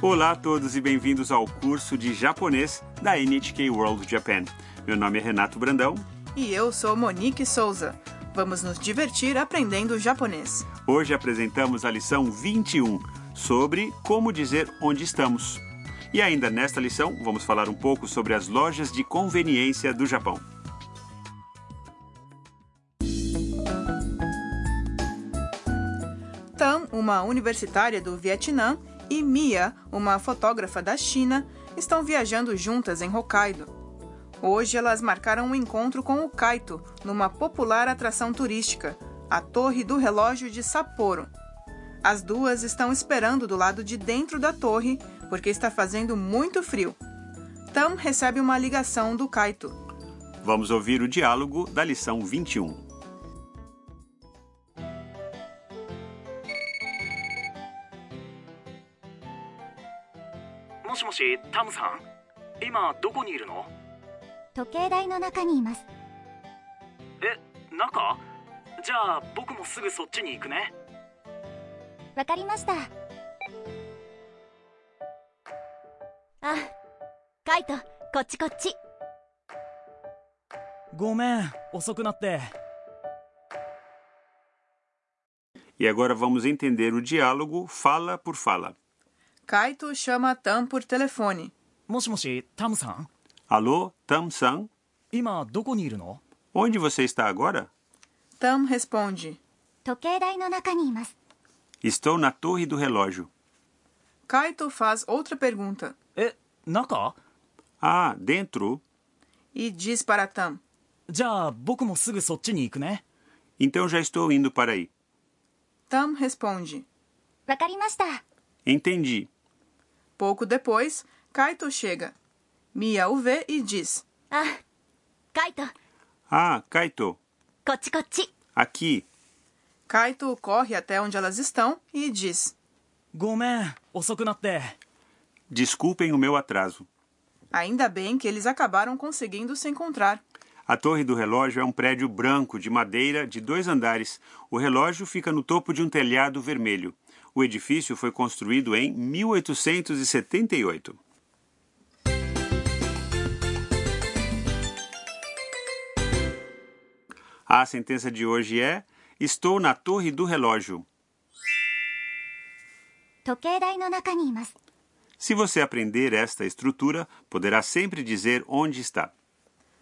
Olá a todos e bem-vindos ao curso de japonês da NHK World Japan. Meu nome é Renato Brandão. E eu sou Monique Souza. Vamos nos divertir aprendendo japonês. Hoje apresentamos a lição 21 sobre como dizer onde estamos. E ainda nesta lição, vamos falar um pouco sobre as lojas de conveniência do Japão. Tan, uma universitária do Vietnã, e Mia, uma fotógrafa da China, estão viajando juntas em Hokkaido. Hoje elas marcaram um encontro com o Kaito numa popular atração turística, a Torre do Relógio de Sapporo. As duas estão esperando do lado de dentro da torre porque está fazendo muito frio. Tam recebe uma ligação do Kaito. Vamos ouvir o diálogo da lição 21. もしもしタムさん今どこにいるの時計台の中にいますえ中じゃあ僕もすぐそっちに行くねわかりましたあカイトこっちこっちごめん遅くなって E agora vamos entender o diálogo fala por fala. Kaito chama a Tam por telefone. もしもしタムさん Alô, Tam-san, 今どこにいるの onde você está agora? Tam responde. 時計台の中にいます Estou na Torre do Relógio. Kaito faz outra pergunta え中 Ah, dentro? e diz para Tam. じゃあ僕もすぐそっちに行くね Então já estou indo para aí. Tam responde. わかりました Entendi. Pouco depois, Kaito chega. Mia o vê e diz. あカイト Ah, Kaito, こっちこっち aqui. Kaito corre até onde elas estão e diz. ごめん遅くなって Desculpem o meu atraso. Ainda bem que eles acabaram conseguindo se encontrar. A Torre do Relógio é um prédio branco de madeira de dois andares. O relógio fica no topo de um telhado vermelho. O edifício foi construído em 1878. A sentença de hoje é: Estou na Torre do Relógio. 時計台の中にいます Se você aprender esta estrutura, poderá sempre dizer onde está.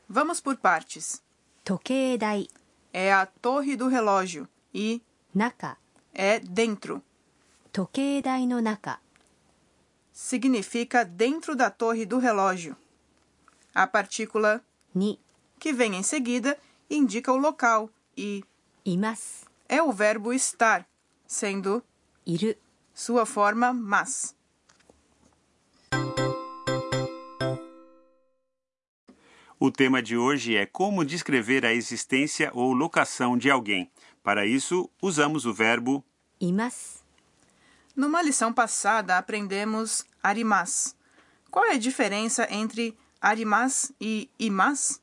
Vamos por partes. 時計台 É a torre do relógio e 中 é dentro. 時計台の中 Significa dentro da torre do relógio. A partícula に que vem em seguida indica o local e います é o verbo estar, sendo いる sua forma mas. O tema de hoje é como descrever a existência ou locação de alguém. Para isso, usamos o verbo います Numa lição passada aprendemos arimas. Qual é a diferença entre arimas e imas?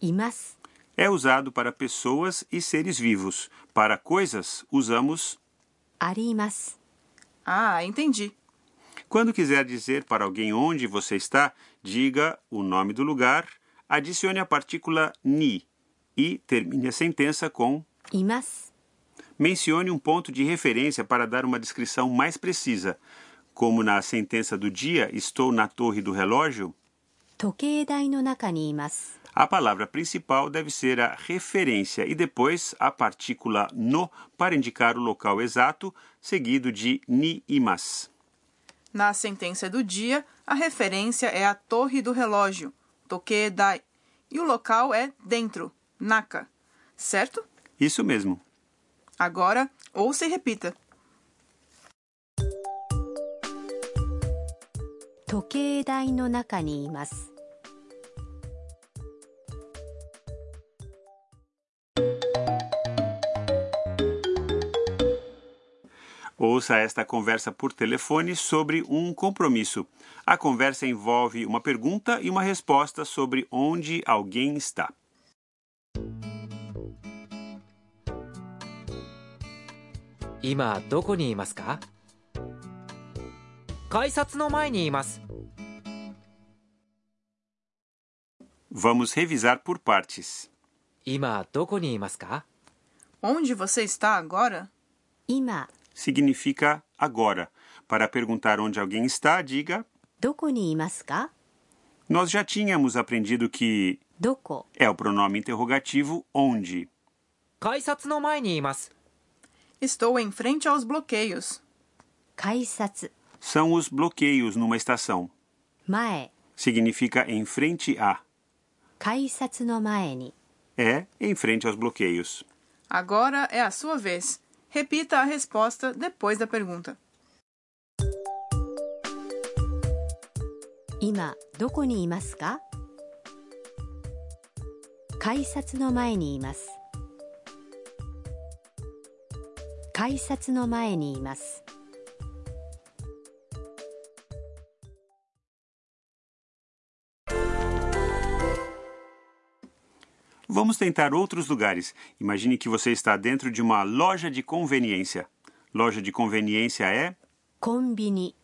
います é usado para pessoas e seres vivos. Para coisas, usamos あります Ah, entendi. quando quiser dizer para alguém onde você está, diga o nome do lugar, adicione a partícula ni e termine a sentença com います mencione um ponto de referência para dar uma descrição mais precisa. Como na sentença do dia, estou na torre do relógio, 時計台の中にいます A palavra principal deve ser a referência e depois a partícula no para indicar o local exato, seguido de ni e mas. Na sentença do dia, a referência é a torre do relógio, Tokedai, e o local é dentro, Naka. Certo? Isso mesmo. Agora, ouça e repita. 時計台の中にいます Ouça esta conversa por telefone sobre um compromisso. A conversa envolve uma pergunta e uma resposta sobre onde alguém está. 今どこにいますか改札の前にいます Vamos revisar por partes. 今どこにいますか Onde você está agora? 今、 Significa agora. Para perguntar onde alguém está, diga: どこにいますか Nós já tínhamos aprendido que どこ é o pronome interrogativo onde. 改札の前にいます Estou em frente aos bloqueios. 改札、 São os bloqueios numa estação. 前、 Significa em frente a. 改札の前に。 É em frente aos bloqueios. Agora é a sua vez. Repita a resposta depois da pergunta. 今、どこにいますか改札の前にいます。改札の前にいます。 Vamos tentar outros lugares. Imagine que você está dentro de uma loja de conveniência. Loja de conveniência é コンビニ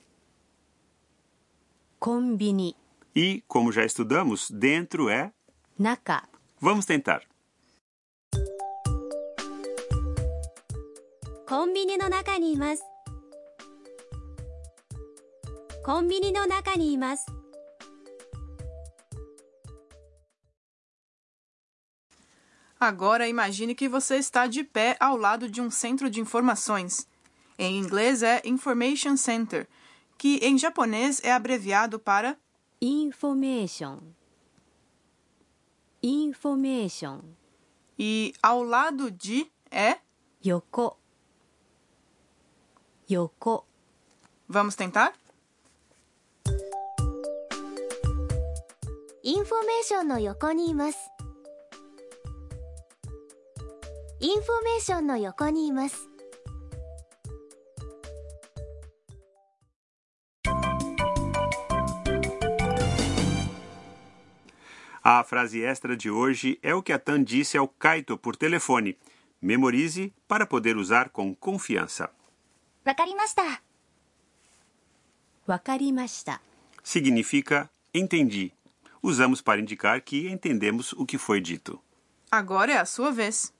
コンビニ e, como já estudamos, dentro é. 中 Vamos tentar. コンビニの中にいますコンビニの中にいます Agora imagine que você está de pé ao lado de um centro de informações. Em inglês é Information Center, que em japonês é abreviado para インフォメーションインフォメーション e ao lado de é. 横横 Vamos tentar? インフォメーションの横にいますインフォメーションの横にいます A frase extra de hoje é o que a Tan disse ao Kaito por telefone. Memorize para poder usar com confiança. わかりましたわかりました Significa entendi. Usamos para indicar que entendemos o que foi dito. Agora é a sua vez.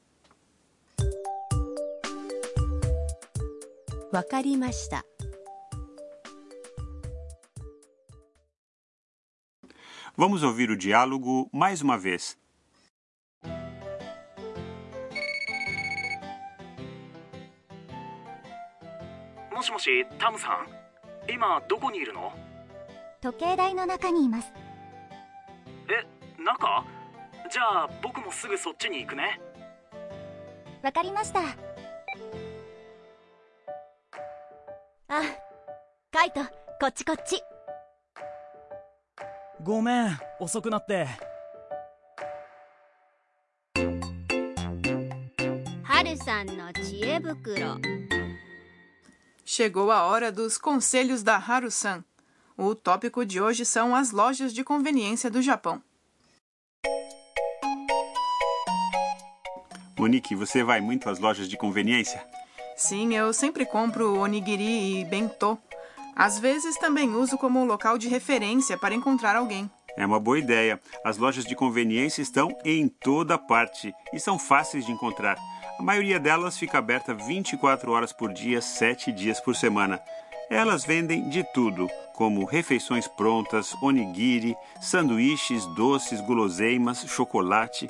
わかりました Vamos ouvir o diálogo mais uma vez. もしもしタムさん今どこにいるの時計台の中にいますえ中じゃあ僕もすぐそっちに行くねわかりましたあカイトこっちこっちごめん遅くなってハルさんの知恵袋 Chegou a hora dos conselhos da Haru-san. O tópico de hoje são as lojas de conveniência do Japão. Monique, você vai muito às lojas de conveniência? Sim, eu sempre compro onigiri e bentô. Às vezes também uso como local de referência para encontrar alguém. É uma boa ideia. As lojas de conveniência estão em toda parte e são fáceis de encontrar. A maioria delas fica aberta 24 horas por dia, 7 dias por semana. Elas vendem de tudo, como refeições prontas, onigiri, sanduíches, doces, guloseimas, chocolate.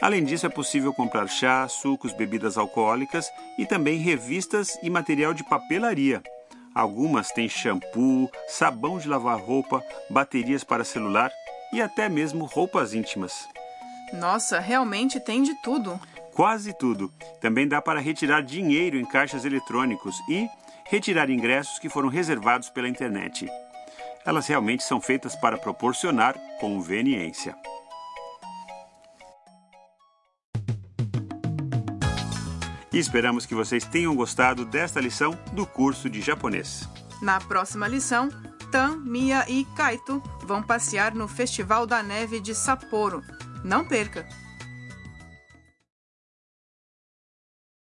Além disso, é possível comprar chá, sucos, bebidas alcoólicas e também revistas e material de papelaria. Algumas têm shampoo, sabão de lavar roupa, baterias para celular e até mesmo roupas íntimas. Nossa, realmente tem de tudo. Quase tudo. Também dá para retirar dinheiro em caixas eletrônicos e retirar ingressos que foram reservados pela internet. Elas realmente são feitas para proporcionar conveniência. E esperamos que vocês tenham gostado desta lição do curso de japonês. Na próxima lição, Tan, Mia e Kaito vão passear no Festival da Neve de Sapporo. Não perca!